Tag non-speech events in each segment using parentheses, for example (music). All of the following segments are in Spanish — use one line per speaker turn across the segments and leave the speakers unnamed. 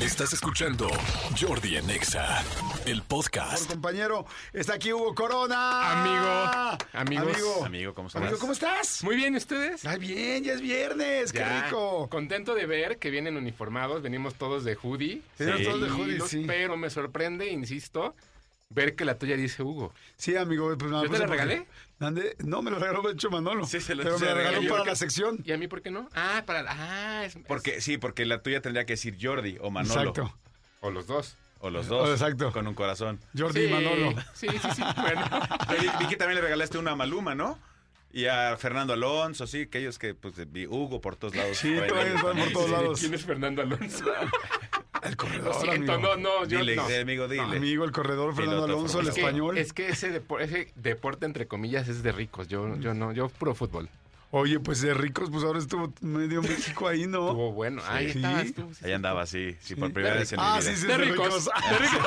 Estás escuchando Jordi en Exa, el
Por
podcast.
compañero, está aquí Hugo Corona.
Amigo, amigos.
Amigo,
Oh. Amigo, ¿cómo
Amigo,
estás?
¿cómo estás?
Muy bien, ¿ustedes?
Ay, bien, ya es viernes, qué
Ya.
rico.
Contento de ver que vienen uniformados, venimos todos de hoodie.
Venimos
Sí.
todos de hoodie, sí.
Pero me sorprende, insisto, ver que la tuya dice Hugo.
Sí, amigo, pues me la
¿Yo te
puse
la
porque-
regalé?
Ande- No, me lo regaló de hecho Manolo.
Sí, se lo-
Pero
se
me lo
lo
regaló
regalé yo
para
porque-
la sección.
¿Y a mí por qué no? Ah, para... Ah, es...
Porque sí, porque la tuya tendría que decir Jordi o Manolo.
Exacto.
O los dos.
O los dos.
Oh, exacto.
Con un corazón.
Jordi y
Sí,
Manolo.
Sí, sí, sí. Bueno.
Pero vi, vi que también le regalaste una a Maluma, ¿no? Y a Fernando Alonso, sí, aquellos que, pues, vi Hugo por todos lados.
Sí,
Por ahí
todavía
andan
están por
también,
todos
sí.
lados.
¿Quién es Fernando Alonso?
El
Lo
corredor,
siento,
amigo.
no, no, yo
Dile,
no.
eh, amigo, dile.
Amigo, el corredor Fernando
Piloto,
Alonso, el
por
Es que-
español.
Es que ese, depo- ese deporte, entre comillas, es de ricos. Yo, yo no, yo puro fútbol.
Oye, pues de ricos, pues ahora estuvo medio México ahí, ¿no?
Estuvo bueno. Ahí
Sí.
estabas tú. sí,
Ahí
sí.
andaba, sí, sí, por primera vez en mi vida. Ah,
ah, sí,
(laughs)
sí,
De ricos. De ricos.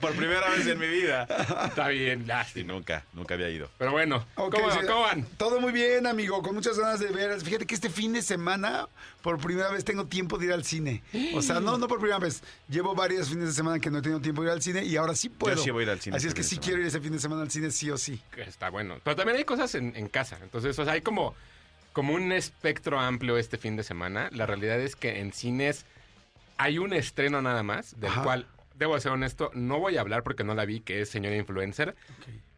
Por primera vez en mi vida.
Está bien,
Y
lástima.
nunca, nunca había ido.
Pero bueno,
Ok,
¿cómo,
sí.
cómo van?
Todo muy bien, amigo, con muchas ganas de ver. Fíjate que este fin de semana, por primera vez, tengo tiempo de ir al cine. O sea, no, no por primera vez. Llevo varios fines de semana que no he tenido tiempo de ir al cine y ahora sí puedo.
sí voy a ir al cine
Así es
este
que
fin
sí
de
quiero ir ese fin de semana al cine, sí o sí.
Que Está bueno. Pero también hay cosas en, en casa. Entonces, o sea, hay como, como un espectro amplio este fin de semana. La realidad es que en cines hay un estreno nada más, del
Ajá.
cual, debo ser honesto, no voy a hablar porque no la vi, que es Señora Influencer.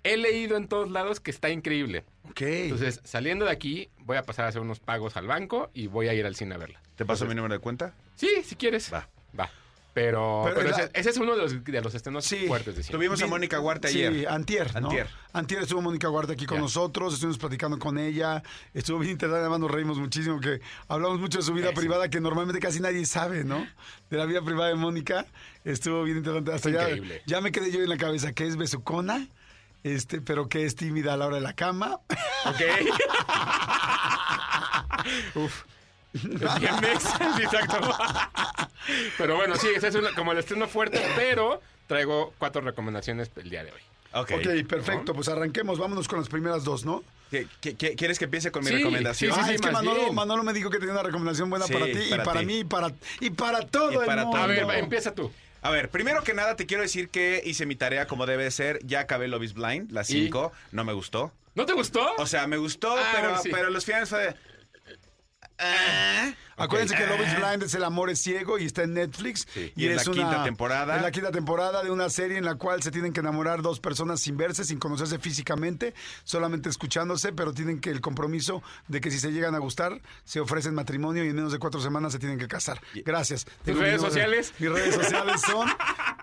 He leído en todos lados que está increíble.
Ok.
Entonces, saliendo de aquí, voy a pasar a hacer unos pagos al banco y voy a ir al cine a verla.
¿Te paso mi número de cuenta?
Sí, si quieres.
Va.
Va. Pero,
Pero
pero
la-
ese, ese es uno de los, de los estrenos
Sí.
fuertes de cine.
Tuvimos a
Vi-
Mónica Huarte
sí,
ayer.
Antier, ¿no? Antier.
Antier.
estuvo Mónica Huarte aquí con
Ya.
nosotros, estuvimos platicando con ella, estuvo bien interesante, además nos reímos muchísimo, que hablamos mucho de su vida
Sí, sí.
privada, que normalmente casi nadie sabe, ¿no? De la vida privada de Mónica, estuvo bien interesante. Hasta
Es
ya,
increíble.
ya me quedé yo en la cabeza, que es besucona, este, pero que es tímida a la hora de la cama.
Ok. (laughs) Uf. Es viernes, (laughs) sí, exacto. Pero bueno, sí, ese es una- como el estreno fuerte, pero traigo cuatro recomendaciones el día de hoy.
Ok.
ok, perfecto, pues arranquemos, vámonos con las primeras dos, ¿no?
¿Qué- qué- qué- quieres que empiece con mi
Sí,
recomendación?
sí,
Ah,
sí,
es que
más
Manolo,
bien.
Manolo me dijo que tenía una recomendación buena
Sí,
para ti y
para
para
ti.
mí y para, y para todo
Y
el
para
mundo.
todo.
A ver,
No.
va, empieza tú.
A ver, primero que nada te quiero decir que hice mi tarea como debe de ser. Ya acabé Lobby's Blind, la 5. No me gustó.
¿No te gustó?
O sea, me gustó,
Ah,
pero,
bueno, sí.
pero los finales fue de... Ah.
Acuérdense
Ok.
que Love is
Ah.
Blind es El amor es ciego y está en Netflix.
Sí, y es la quinta temporada.
Es la quinta temporada de una serie en la cual se tienen que enamorar dos personas sin verse, sin conocerse físicamente, solamente escuchándose, pero tienen que el compromiso de que si se llegan a gustar, se ofrecen matrimonio y en menos de cuatro semanas se tienen que casar. Gracias. Tengo mi
redes
número-
sociales?
Mis redes sociales
(laughs)
son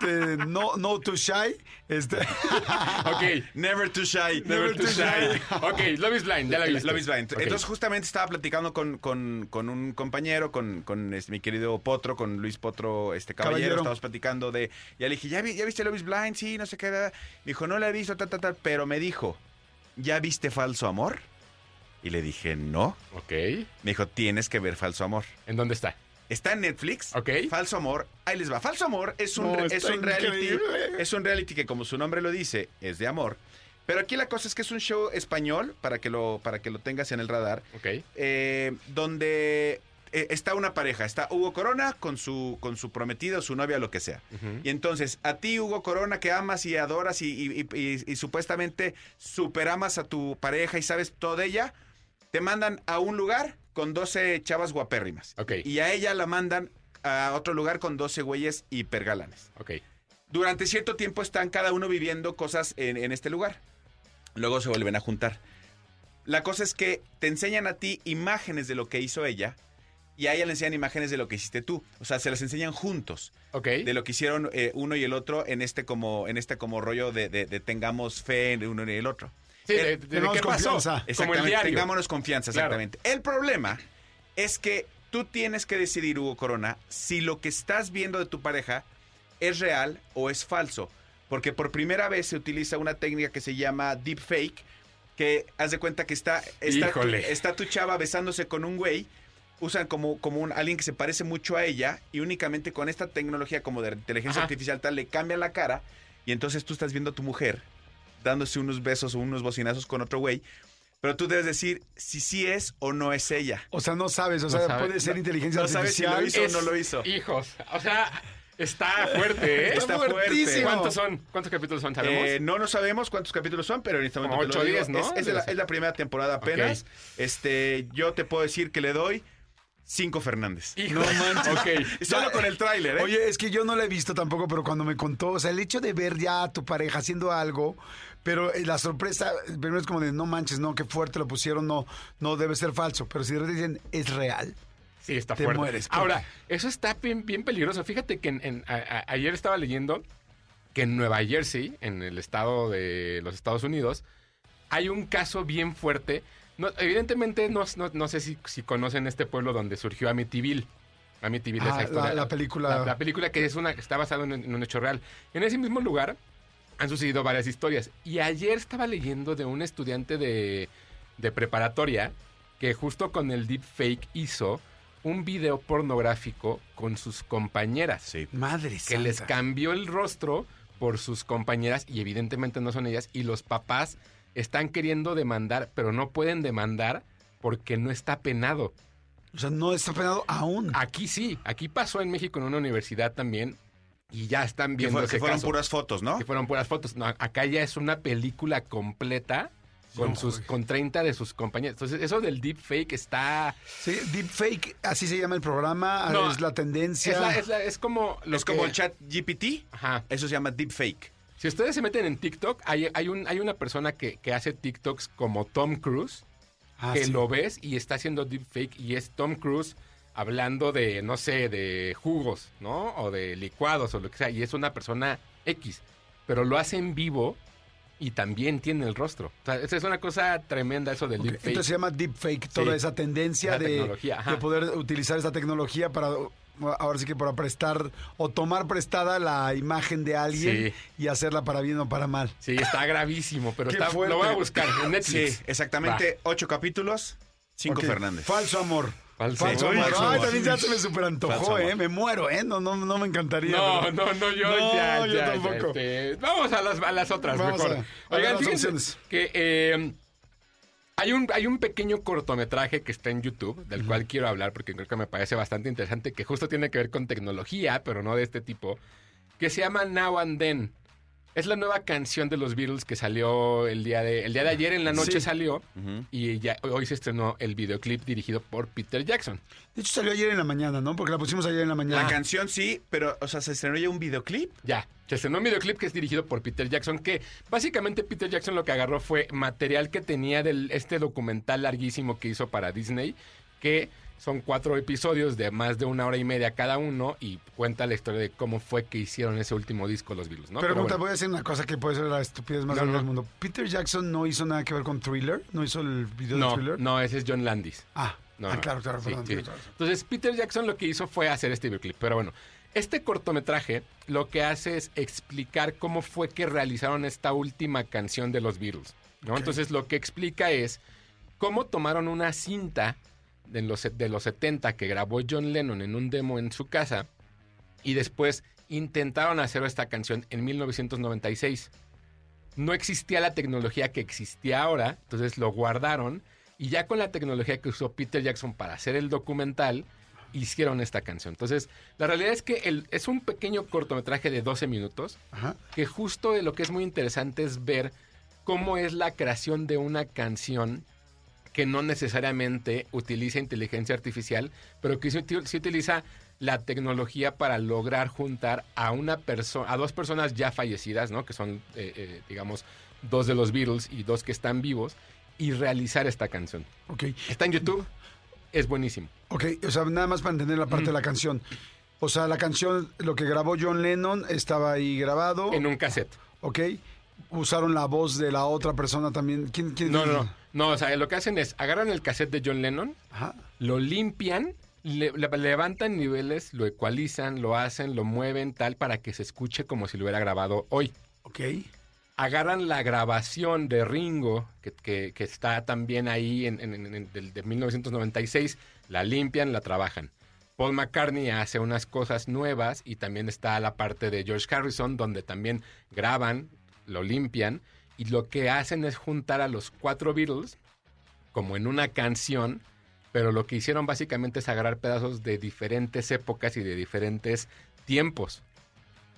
eh, no, no Too Shy. Este, (laughs)
Ok.
Never too shy.
Never too shy. Ok, Love is Blind, ya la viste.
Love is Blind.
Ok.
Entonces, justamente estaba platicando con, con- con un compañero, con, con, este, mi querido Potro, con Luis Potro, este caballero.
Caballero.
Estábamos platicando de. Ya le dije, ¿ya, vi- ya viste Love is Blind? Sí, no sé qué. da, da". Me dijo, no la he visto, tal, tal, tal. Pero me dijo, ¿ya viste Falso Amor? Y le dije, no.
Ok.
Me dijo, tienes que ver Falso Amor.
¿En dónde está?
Está en Netflix.
Ok.
Falso Amor. Ahí les va. Falso Amor es un,
No,
re- es
está
un reality.
increíble.
Es un reality que, como su nombre lo dice, es de amor. Pero aquí la cosa es que es un show español, para que lo, para que lo tengas en el radar,
Ok.
eh, donde eh, está una pareja. Está Hugo Corona con su, con su prometido, su novia, lo que sea.
Ujú.
Y entonces, a ti, Hugo Corona, que amas y adoras y, y- y- y- y supuestamente superamas a tu pareja y sabes todo de ella, te mandan a un lugar con 12 chavas guapérrimas.
Ok.
Y a ella la mandan a otro lugar con 12 güeyes hipergalanes.
Ok.
Durante cierto tiempo están cada uno viviendo cosas en, en este lugar. Luego se vuelven a juntar. La cosa es que te enseñan a ti imágenes de lo que hizo ella y a ella le enseñan imágenes de lo que hiciste tú. O sea, se las enseñan juntos
Ok.
de lo que hicieron eh, uno y el otro en este como en este como rollo de, de- de tengamos fe en uno y el otro. Eh,
Sí, de, de- de
Tengamos
qué pasó.
confianza.
Como el diario.
tengámonos confianza,
Claro.
exactamente. El problema es que tú tienes que decidir, Hugo Corona, si lo que estás viendo de tu pareja es real o es falso. Porque por primera vez se utiliza una técnica que se llama deepfake, que haz de cuenta que está, está, tu,
Híjole.
está tu chava besándose con un güey, usan como, como un, alguien que se parece mucho a ella y únicamente con esta tecnología como de inteligencia
Ajá.
artificial tal le cambia la cara y entonces tú estás viendo a tu mujer dándose unos besos o unos bocinazos con otro güey Pero tú debes decir si sí es o no es ella.
O sea, no sabes, o sea,
sabe.
puede ser
No-
inteligencia
no sabes si lo
artificial.
hizo. no lo hizo.
Hijos. O sea, está fuerte, ¿eh?
Está fuerte.
fuertísimo.
¿Cuántos son? ¿Cuántos capítulos son? ¿Sabemos?
Eh, no, no sabemos cuántos capítulos son, pero en este momento
Como
te lo
ocho,
digo.
diez, ¿no?
Es, es de la, es la primera temporada apenas. Este, yo te puedo decir que le doy cinco Fernández.
Hijos.
(laughs)
Ok.
Solo con el tráiler, ¿eh?
Oye, es que yo no la he visto tampoco, pero cuando me contó, o sea, el hecho de ver ya a tu pareja haciendo algo, pero eh, la sorpresa, primero es como de no manches, no, qué fuerte lo pusieron, no, no debe ser falso. Pero si de repente dicen, es real.
Sí, está
Te
fuerte.
mueres, porque-
Ahora, eso está bien, bien peligroso. Fíjate que en- en- a- a- ayer estaba leyendo que en Nueva Jersey, en el estado de los Estados Unidos, hay un caso bien fuerte. No, evidentemente, no, no- no sé si, si conocen este pueblo donde surgió Amityville. Amityville es
Ah,
historia-
la, la película.
la, la película que es una que está basada en, un- en un hecho real. En ese mismo lugar han sucedido varias historias. Y ayer estaba leyendo de un estudiante de, de preparatoria que justo con el deepfake hizo un video pornográfico con sus compañeras.
Sí.
Madre
Que
santa.
les cambió el rostro por sus compañeras y evidentemente no son ellas. Y los papás están queriendo demandar, pero no pueden demandar porque no está penado.
O sea, no está penado aún.
Aquí sí, aquí pasó en México en una universidad también y ya están
Que,
viendo
fue- que
ese
fueron
caso.
puras fotos, ¿no?
Que fueron puras fotos. No, acá ya es una película completa con
No,
sus
güey.
pues.
con 30 de sus compañeros. Entonces, eso del deepfake está
Sí, deepfake, así se llama el programa,
No,
es la tendencia.
es, la- es la- es como lo
ah. es como
que-
el chat GPT.
Ajá.
Eso se llama deepfake.
Si ustedes se meten en TikTok, hay, hay un hay una persona que, que hace TikToks como Tom Cruise
Ah,
que
sí.
lo ves y está haciendo deepfake y es Tom Cruise hablando de, no sé, de jugos, ¿no? O de licuados o lo que sea. Y es una persona X. Pero lo hace en vivo y también tiene el rostro. O sea, esa es una cosa tremenda eso del
Ok,
deepfake.
Entonces se llama deepfake, toda
Sí.
esa tendencia
La
de,
tecnología, ajá.
de poder utilizar esta tecnología para, ahora sí que para prestar o tomar prestada la imagen de alguien y hacerla para bien o para mal.
Sí, está gravísimo, pero
Qué
está,
fuerte.
lo voy a buscar en Netflix.
Sí, exactamente. Ocho capítulos, cinco
Ok,
Fernández.
Falso amor.
Falso
amor.
amor.
Falso
Ay,
amor.
también ya se me superantojó,
Falso amor.
¿eh? Me muero, ¿eh? No, no, no me encantaría.
No,
pero-
no, no, yo
No,
ya,
yo
ya, ya,
tampoco.
este, vamos a las, a las otras,
Vamos
mejor.
a- a
Oigan,
las
fíjense
opciones.
que eh, hay, un, hay un pequeño cortometraje que está en YouTube, del cual quiero hablar porque creo que me parece bastante interesante, que justo tiene que ver con tecnología, pero no de este tipo, que se llama Now and Then. Es la nueva canción de los Beatles que salió el día de, el día de ayer en la noche
Sí.
salió
Ujú.
y ya, hoy se estrenó el videoclip dirigido por Peter Jackson.
De hecho salió ayer en la mañana, ¿no? Porque la pusimos ayer en la
La
Ah,
mañana.
canción sí, pero, o sea, se estrenó ya un videoclip.
Ya, se estrenó un videoclip que es dirigido por Peter Jackson, que básicamente Peter Jackson lo que agarró fue material que tenía del este documental larguísimo que hizo para Disney, que son cuatro episodios de más de una hora y media cada uno y cuenta la historia de cómo fue que hicieron ese último disco los Beatles, ¿no? Pero
Pregunta,
bueno,
voy a decir una cosa que puede ser la estupidez más
No,
grande
no.
del mundo. Peter Jackson no hizo nada que ver con Thriller, no hizo el video de
no,
Thriller.
no, ese es John Landis.
Ah,
No,
ah,
no.
claro, claro,
Sí,
perdón,
sí.
tienes razón.
Entonces, Peter Jackson lo que hizo fue hacer este videoclip. Pero bueno, este cortometraje lo que hace es explicar cómo fue que realizaron esta última canción de los Beatles. ¿no? Entonces, lo que explica es cómo tomaron una cinta de los, de los 70 que grabó John Lennon en un demo en su casa y después intentaron hacer esta canción en 1996. No existía la tecnología que existía ahora, entonces lo guardaron y ya con la tecnología que usó Peter Jackson para hacer el documental, hicieron esta canción. Entonces, la realidad es que el- es un pequeño cortometraje de 12 minutos
Ajá.
que justo de lo que es muy interesante es ver cómo es la creación de una canción que no necesariamente utiliza inteligencia artificial, pero que sí, util- sí utiliza la tecnología para lograr juntar a una persona, a dos personas ya fallecidas, ¿no? Que son, eh, eh, digamos, dos de los Beatles y dos que están vivos y realizar esta canción.
Ok,
Está en YouTube, es buenísimo.
ok, o sea, nada más para entender la parte de
Mm.
la canción. O sea, la canción, lo que grabó John Lennon estaba ahí grabado,
En un cassette.
ok. Usaron la voz de la otra persona también. ¿Quién? quién?
No, no, no. No, o sea, lo que hacen es agarran el cassette de John Lennon,
Ajá.
lo limpian, le- le- levantan niveles, lo ecualizan, lo hacen, lo mueven, tal, para que se escuche como si lo hubiera grabado hoy.
Ok.
Agarran la grabación de Ringo, que, que- que está también ahí en, en- en- en- del- de 1996, la limpian, la trabajan. Paul McCartney hace unas cosas nuevas y también está la parte de George Harrison, donde también graban, lo limpian, y lo que hacen es juntar a los cuatro Beatles como en una canción, pero lo que hicieron básicamente es agarrar pedazos de diferentes épocas y de diferentes tiempos.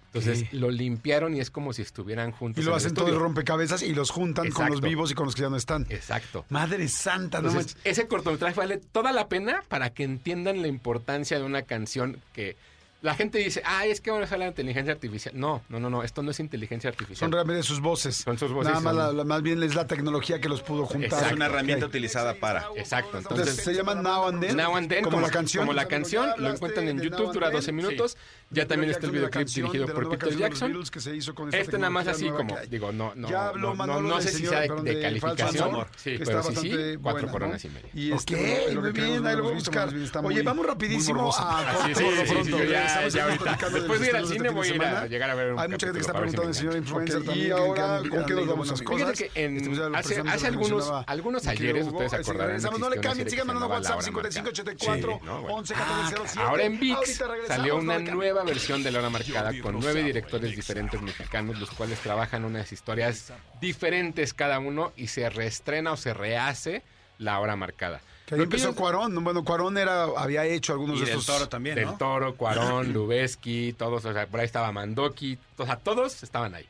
Entonces
Sí.
lo limpiaron y es como si estuvieran juntos.
Y lo
en
hacen todo el
estudio.
rompecabezas y los juntan con los
Exacto.
vivos y con los que ya no están.
Exacto.
Madre santa, no
Entonces, ese cortometraje vale toda la pena para que entiendan la importancia de una canción que la gente dice, ay, es que ahora sale la inteligencia artificial. No, no, no, no, esto no es inteligencia
manches. Son
artificial.
realmente sus voces.
Son sus voces,
Nada más,
son-
la- la- más bien es la tecnología que los pudo juntar.
Exacto.
Es una herramienta
Ok.
utilizada para.
Exacto,
Entonces,
entonces...
se llaman Now and Then.
Now and Then,
como, la canción.
Como la canción,
Ya
lo
hablaste
encuentran en
de Now
YouTube,
and
dura
Then.
12 minutos. Ya también está el
Michael Jackson de la
videoclip
canción,
dirigido
de la
por
nueva
Peter
canción de los
Jackson.
Beatles que se hizo con esta
Este nada más
tecnología
así
nueva
como,
que hay.
digo, no, no,
Ya habló
no, no,
Manolo
no
del
sé si
señor,
sea de,
perdón,
de
de Falso
calificación,
Amor,
sí,
que
pero
está
sí, sí,
bastante
cuatro
buena, ¿no?
coronas y media.
Y
Ok,
este, lo
muy
que
bien,
queremos,
ahí lo
nos
voy a
gusta
buscar.
más bien, está
Oye,
muy-
vamos rapidísimo
muy morbosa.
a-
Así es,
Sí,
por lo
sí,
pronto,
sí, yo ya-
regresamos, estamos
ya ahorita.
platicando de
Después de ir
estrenos
al
de
cine
este
voy a
fin
ir
de
a
semana.
llegar a ver un
Hay mucha gente que está
capítulo para ver si
preguntando de
me
señora
engancho.
influencer
Ok,
también.
y
que-
ahora,
que
¿con
han
qué nos
leído
vamos,
buenas
amigos?
cosas. Este, pues,
Fíjate que en-
Estuvimos hablando
hace-
precisamente
hace
de lo que
algunos-
mencionaba
algunos
mi querido
ayeres,
Hugo.
ustedes
Así que
acordarán,
regresamos, no le
existió una
cambien,
serie que
sigan
se
mandando
llamaba La
WhatsApp
Hora
55
Marcada.
84
Sí, no, bueno. Ah,
11 14 07.
Ahora en VIX
Ahorita regresamos,
salió
no le
una
cambien.
nueva versión de La Hora Marcada
Jordi
con
Rosado
nueve
en
directores
Exa.
diferentes mexicanos, los cuales trabajan unas historias diferentes cada uno y se reestrena o se rehace La Hora Marcada.
Que ahí
Lo que
empezó
ellos-
Cuarón. ¿no? Bueno, Cuarón era, había hecho algunos
Y
de
del
estos.
toro también,
Del
¿no?
Toro, Cuarón, (clears throat) Lubeski, todos, o sea, por ahí estaba Mandoki, o sea, todos estaban ahí.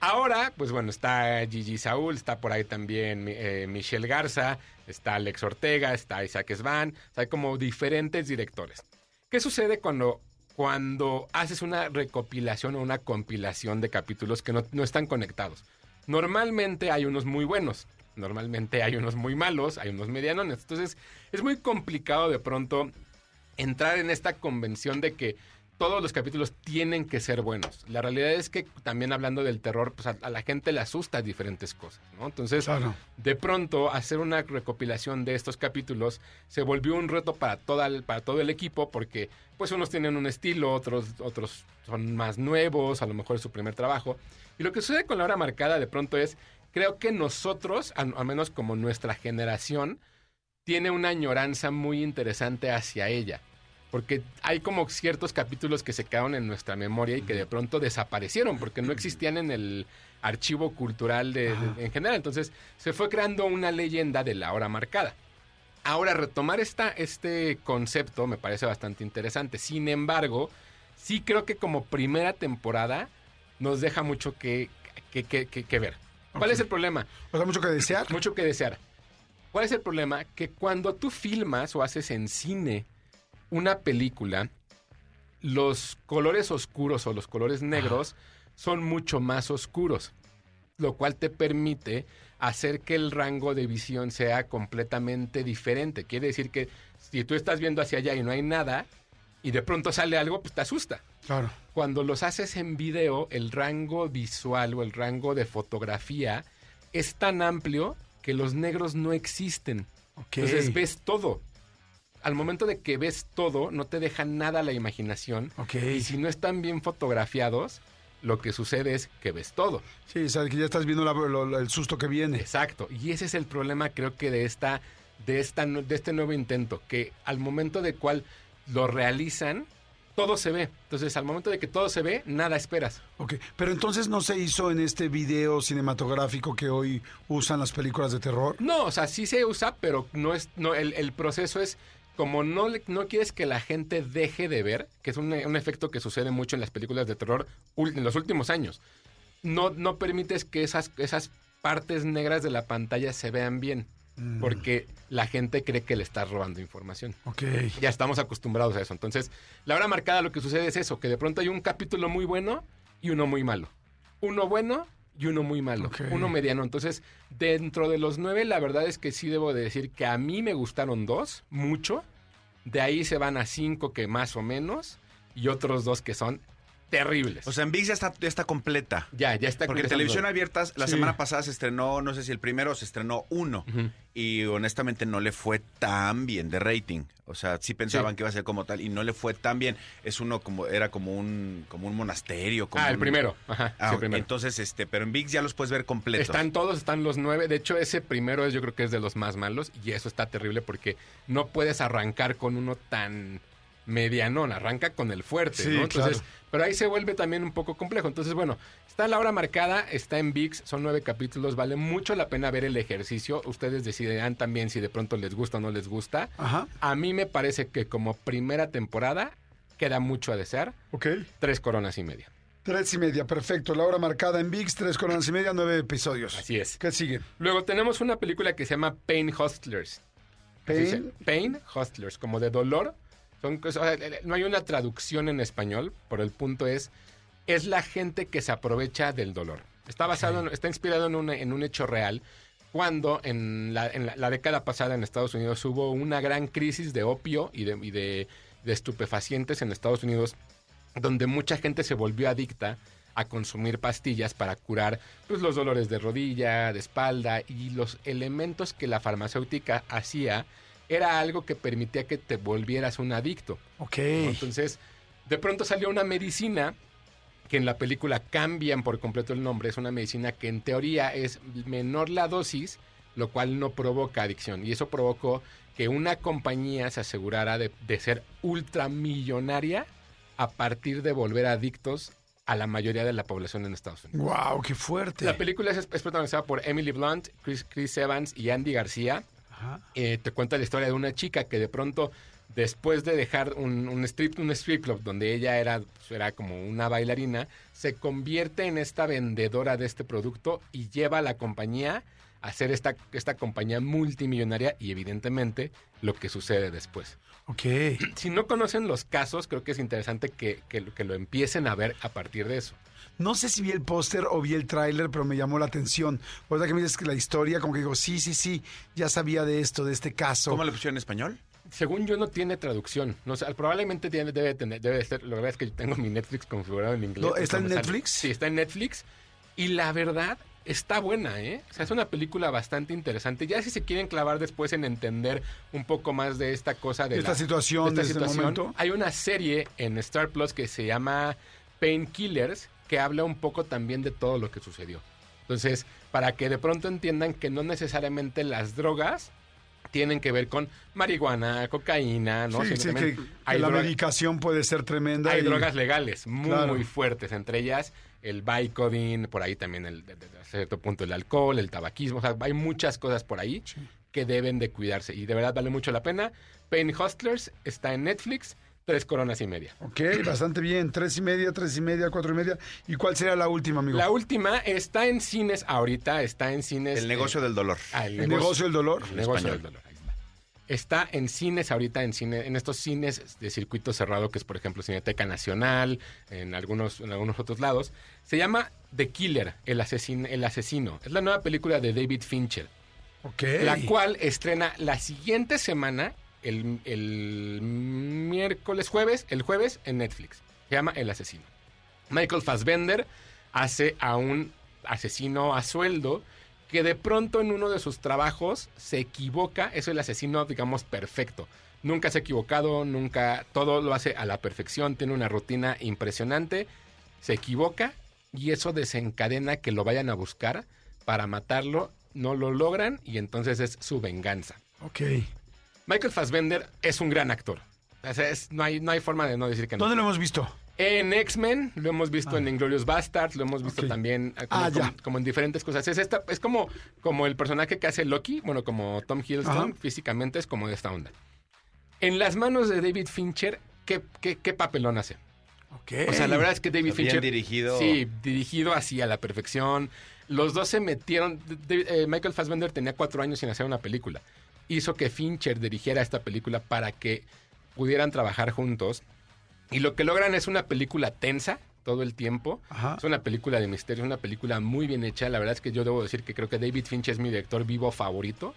Ahora, pues bueno, está Gigi Saúl, está por ahí también eh, Michelle Garza, está Alex Ortega, está Isaac Svan, o sea, hay como diferentes directores. ¿Qué sucede cuando, cuando haces una recopilación o una compilación de capítulos que no, no están conectados? Normalmente hay unos muy buenos, normalmente hay unos muy malos, hay unos medianones. Entonces, es muy complicado de pronto entrar en esta convención de que todos los capítulos tienen que ser buenos. La realidad es que también hablando del terror, pues a, a la gente le asusta diferentes cosas, ¿no? Entonces,
Claro.
de pronto, hacer una recopilación de estos capítulos se volvió un reto para, toda el- para todo el equipo porque, pues, unos tienen un estilo, otros, otros son más nuevos, a lo mejor es su primer trabajo. Y lo que sucede con la hora marcada de pronto es, creo que nosotros, al, al menos como nuestra generación, tiene una añoranza muy interesante hacia ella. Porque hay como ciertos capítulos que se quedaron en nuestra memoria y que de pronto desaparecieron porque no existían en el archivo cultural de- de- en general. Entonces se fue creando una leyenda de la hora marcada. Ahora, retomar esta, este concepto me parece bastante interesante. Sin embargo, sí creo que como primera temporada nos deja mucho que, que- que- que- que ver. ¿Cuál es el problema?
O sea, mucho que desear.
Mucho que desear. ¿Cuál es el problema? Que cuando tú filmas o haces en cine una película, los colores oscuros o los colores negros son mucho más oscuros, lo cual te permite hacer que el rango de visión sea completamente diferente. Quiere decir que si tú estás viendo hacia allá y no hay nada, y de pronto sale algo, pues te asusta
Claro.
cuando los haces en video, el rango visual o el rango de fotografía es tan amplio que los negros no existen.
Ok.
Entonces ves todo. Al momento de que ves todo, no te deja nada la imaginación.
Ok.
Y si no están bien fotografiados, lo que sucede es que ves todo.
Sí, o sea, que ya estás viendo la- lo- lo- el susto que viene.
Exacto. Y ese es el problema, creo que, de esta, de esta, nu- de este nuevo intento, que al momento de cual lo realizan, todo se ve. Entonces, al momento de que todo se ve, nada esperas.
Ok, pero entonces no se hizo en este video cinematográfico que hoy usan las películas de terror.
No, o sea, sí se usa, pero no es, no, el, el proceso es como no, le- no quieres que la gente deje de ver, que es un, un efecto que sucede mucho en las películas de terror ul- en los últimos años. No, no permites que esas, esas partes negras de la pantalla se vean bien,
Mm.
porque la gente cree que le estás robando información.
Ok.
Ya estamos acostumbrados a eso. Entonces, la hora marcada lo que sucede es eso, que de pronto hay un capítulo muy bueno y uno muy malo. Uno bueno y uno muy malo.
Ok.
Uno mediano. Entonces, dentro de los nueve, la verdad es que sí debo de decir que a mí me gustaron dos, mucho. De ahí se van a cinco que más o menos y otros dos que son terribles.
O sea, en VIX ya está, ya está completa.
ya, ya está.
Porque en
empezando.
televisión abierta, la
Sí.
semana pasada se estrenó, no sé si el primero, se estrenó (laughs) uno.
Ujú.
Y honestamente no le fue tan bien de rating. O sea, sí pensaban
Sí.
que iba a ser como tal y no le fue tan bien. Es uno como, era como un, como un monasterio. Como
Ah, el
un-
primero. Ajá, sí,
Ah,
el primero.
entonces, este, pero en VIX ya los puedes ver completos.
Están todos, están los nueve. De hecho, ese primero es, yo creo que es de los más malos. Y eso está terrible porque no puedes arrancar con uno tan, medianón, arranca con el fuerte,
Sí,
¿no? Entonces,
claro.
pero ahí se vuelve también un poco complejo. Entonces, bueno, está la hora marcada, está en VIX, son nueve capítulos, vale mucho la pena ver el ejercicio. Ustedes decidirán también si de pronto les gusta o no les gusta.
Ajá.
A mí me parece que como primera temporada queda mucho a desear,
Ok.
tres coronas y media.
Tres y media, perfecto. La hora marcada en VIX, tres coronas y media, nueve episodios.
Así es.
¿Qué sigue?
Luego tenemos una película que se llama Pain Hustlers. Así se-
Pain.
Pain Hustlers, como de dolor. Son, cosas- o sea, eh, no hay una traducción en español, pero el punto es, es la gente que se aprovecha del dolor. Está basado, en- está inspirado en un, en un hecho real, cuando en, la, en la- la década pasada en Estados Unidos hubo una gran crisis de opio y de, y de- de estupefacientes en Estados Unidos, donde mucha gente se volvió adicta a consumir pastillas para curar pues, los dolores de rodilla, de espalda y los elementos que la farmacéutica hacía era algo que permitía que te volvieras un adicto.
Ok.
¿no? Entonces, de pronto salió una medicina que en la película cambian por completo el nombre. Es una medicina que en teoría es menor la dosis, lo cual no provoca adicción. Y eso provocó que una compañía se asegurara de, de ser ultramillonaria a partir de volver adictos a la mayoría de la población en Estados Unidos.
Wow, qué fuerte.
La película es, es protagonizada por Emily Blunt, Chris, Chris Evans y Andy García
Ajá.
eh, te cuenta la historia de una chica que de pronto, después de dejar un, un strip, un strip club donde ella era, pues, era como una bailarina, se convierte en esta vendedora de este producto y lleva a la compañía a ser esta, esta compañía multimillonaria y evidentemente lo que sucede después.
Ok.
Si no conocen los casos, creo que es interesante que, que lo- que lo empiecen a ver a partir de eso.
No sé si vi el póster o vi el tráiler, pero me llamó la atención. Ahorita que me dices que la historia, como que digo, sí, sí, sí, ya sabía de esto, de este caso.
¿Cómo le pusieron en español?
Según yo no tiene traducción. No sé, probablemente tiene, debe tener, debe ser. Lo que pasa es que yo tengo mi Netflix configurado en inglés.
No, ¿está en
Me sale.
Netflix?
Sí, está en Netflix. Y la verdad, está buena, ¿eh? O sea, es una película bastante interesante. Ya si se quieren clavar después en entender un poco más de esta cosa de
esta
la-
situación,
esta
desde el
situación. Ah,
momento.
Hay una serie en Star Plus que se llama Painkillers, que habla un poco también de todo lo que sucedió. Entonces, para que de pronto entiendan que no necesariamente las drogas tienen que ver con marihuana, cocaína, ¿no?
Sí, sí,
Sino
que,
también hay,
que la
droga-
medicación puede ser tremenda.
hay
y-
drogas legales muy,
Claro.
muy fuertes, entre ellas el Vicodin, por ahí también el, de- de- de- a cierto punto el alcohol, el tabaquismo, o sea, hay muchas cosas por ahí que deben de cuidarse y de verdad vale mucho la pena. Pain Hustlers está en Netflix, tres coronas y media.
Ok, bastante bien. Tres y media, tres y media, cuatro y media. ¿Y cuál sería la última, amigo?
La última está en cines ahorita, está en cines...
El negocio del dolor.
eh, ah, el
el negocio del dolor.
El negocio
español.
del dolor. ahí está. Está en cines ahorita, en cine, en estos cines de circuito cerrado, que es por ejemplo Cineteca Nacional, en algunos, en algunos otros lados. Se llama The Killer, el, asesin- el asesino. Es la nueva película de David Fincher,
Ok.
la cual estrena la siguiente semana, el, el miércoles, jueves, el jueves en Netflix. Se llama El asesino. Michael Fassbender hace a un asesino a sueldo que de pronto en uno de sus trabajos se equivoca, es el asesino, digamos, perfecto. Nunca se ha equivocado, nunca, todo lo hace a la perfección, tiene una rutina impresionante, se equivoca y eso desencadena que lo vayan a buscar para matarlo, no lo logran y entonces es su venganza.
Ok.
Michael Fassbender es un gran actor. O sea, es- no, hay, no hay forma de no decir que no.
¿Dónde lo hemos visto?
En X-Men, lo hemos visto en Inglorious Bastards, lo hemos visto
Ok.
también eh, como,
Ah, ya.
como- como en diferentes cosas. Es esta, es como, como el personaje que hace Loki, bueno, como Tom Hiddleston,
Ajá.
físicamente es como de esta onda. En las manos de David Fincher, ¿qué, qué, qué papelón hace?
Ok.
O sea, la verdad es que David
Bien
Fincher.
dirigido.
Sí, dirigido así a la perfección. Los dos se metieron. de- de- eh, Michael Fassbender tenía cuatro años sin hacer una película. Hizo que Fincher dirigiera esta película para que pudieran trabajar juntos. Y lo que logran es una película tensa todo el tiempo.
Ajá.
Es una película de misterio, es una película muy bien hecha. La verdad es que yo debo decir que creo que David Fincher es mi director vivo favorito.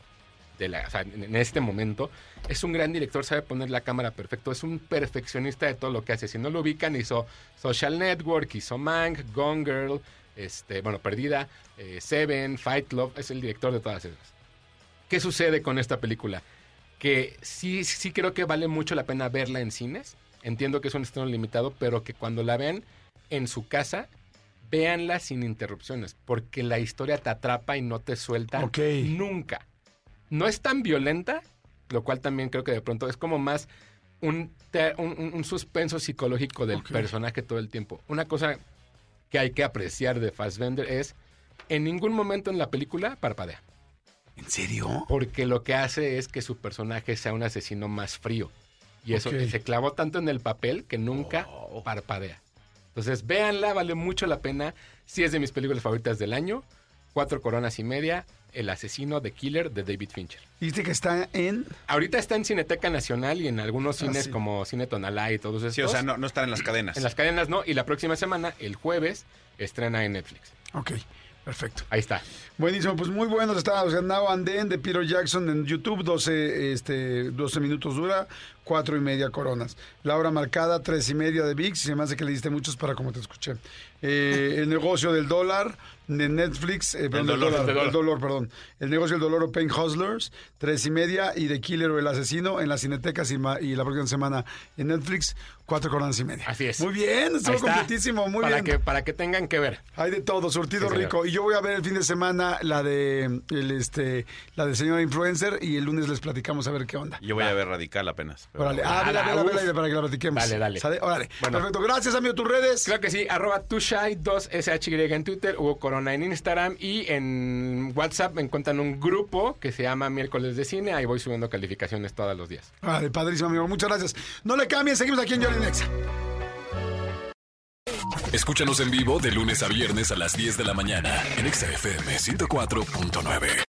De la, o sea, en en este momento es un gran director, sabe poner la cámara perfecto, es un perfeccionista de todo lo que hace. Si no lo ubican, hizo Social Network, hizo Mank, Gone Girl, este, bueno, Perdida, eh, Seven, Fight Club, es el director de todas esas. ¿Qué sucede con esta película? Que sí, sí creo que vale mucho la pena verla en cines. Entiendo que es un estreno limitado, pero que cuando la vean en su casa, véanla sin interrupciones, porque la historia te atrapa y no te suelta
Ok.
nunca. No es tan violenta, lo cual también creo que de pronto es como más un, te- un- un- un suspenso psicológico del
Ok.
personaje todo el tiempo. Una cosa que hay que apreciar de Fassbender es, en ningún momento en la película parpadea.
¿En serio?
Porque lo que hace es que su personaje sea un asesino más frío. Y eso
Ok. Oh.
se clavó tanto en el papel que nunca parpadea. Entonces, véanla, vale mucho la pena. Sí es de mis películas favoritas del año. Cuatro coronas y media, El asesino de Killer de David Fincher.
Dijiste que está en.
Ahorita está en Cineteca Nacional y en algunos
Ah,
cines
sí.
como Cine Tonalá y todos esos.
Sí, o sea, no, no están en las cadenas.
En las cadenas no. Y la próxima semana, el jueves, estrena en Netflix.
Ok, perfecto.
Ahí está.
Buenísimo, pues muy buenos está o sea, Now and Then de Peter Jackson en YouTube, 12, este, 12 minutos dura, cuatro y media coronas. La hora marcada, tres y media de VIX, y se me hace que le diste muchos para como te escuché. Eh, el negocio del dólar de Netflix, eh, perdón, del
dolor,
dólar,
del
del
dólar.
dolor, perdón. El negocio del dolor o Pain Hustlers, tres y media, y de Killer o el asesino en las cinetecas y, ma- y la próxima semana en Netflix, cuatro coronas y media.
Así es.
Muy bien,
Ahí
estuvo
está.
completísimo, muy
para
bien.
Que, para que tengan que ver.
Hay de todo, surtido
Sí, señor.
rico. Y yo voy a ver el fin de semana la de el este la de señora influencer y el lunes les platicamos a ver qué onda.
Yo voy a ver Radical apenas. pero-
Órale, ah, vela, vela,
Nada,
vela,
uf.
para que la platiquemos.
Dale, dale.
¿Sale? Órale.
Bueno.
Perfecto, gracias, amigo, tus redes.
Claro que sí, arroba tushy2shy en Twitter, Hugo Corona en Instagram y en WhatsApp me encuentran un grupo que se llama Miércoles de Cine, ahí voy subiendo calificaciones todos los días.
Órale, padrísimo, amigo, muchas gracias. No le cambien, seguimos aquí en Jordi Nexa.
Escúchanos en vivo de lunes a viernes a las 10 de la mañana en Exa FM 104.9.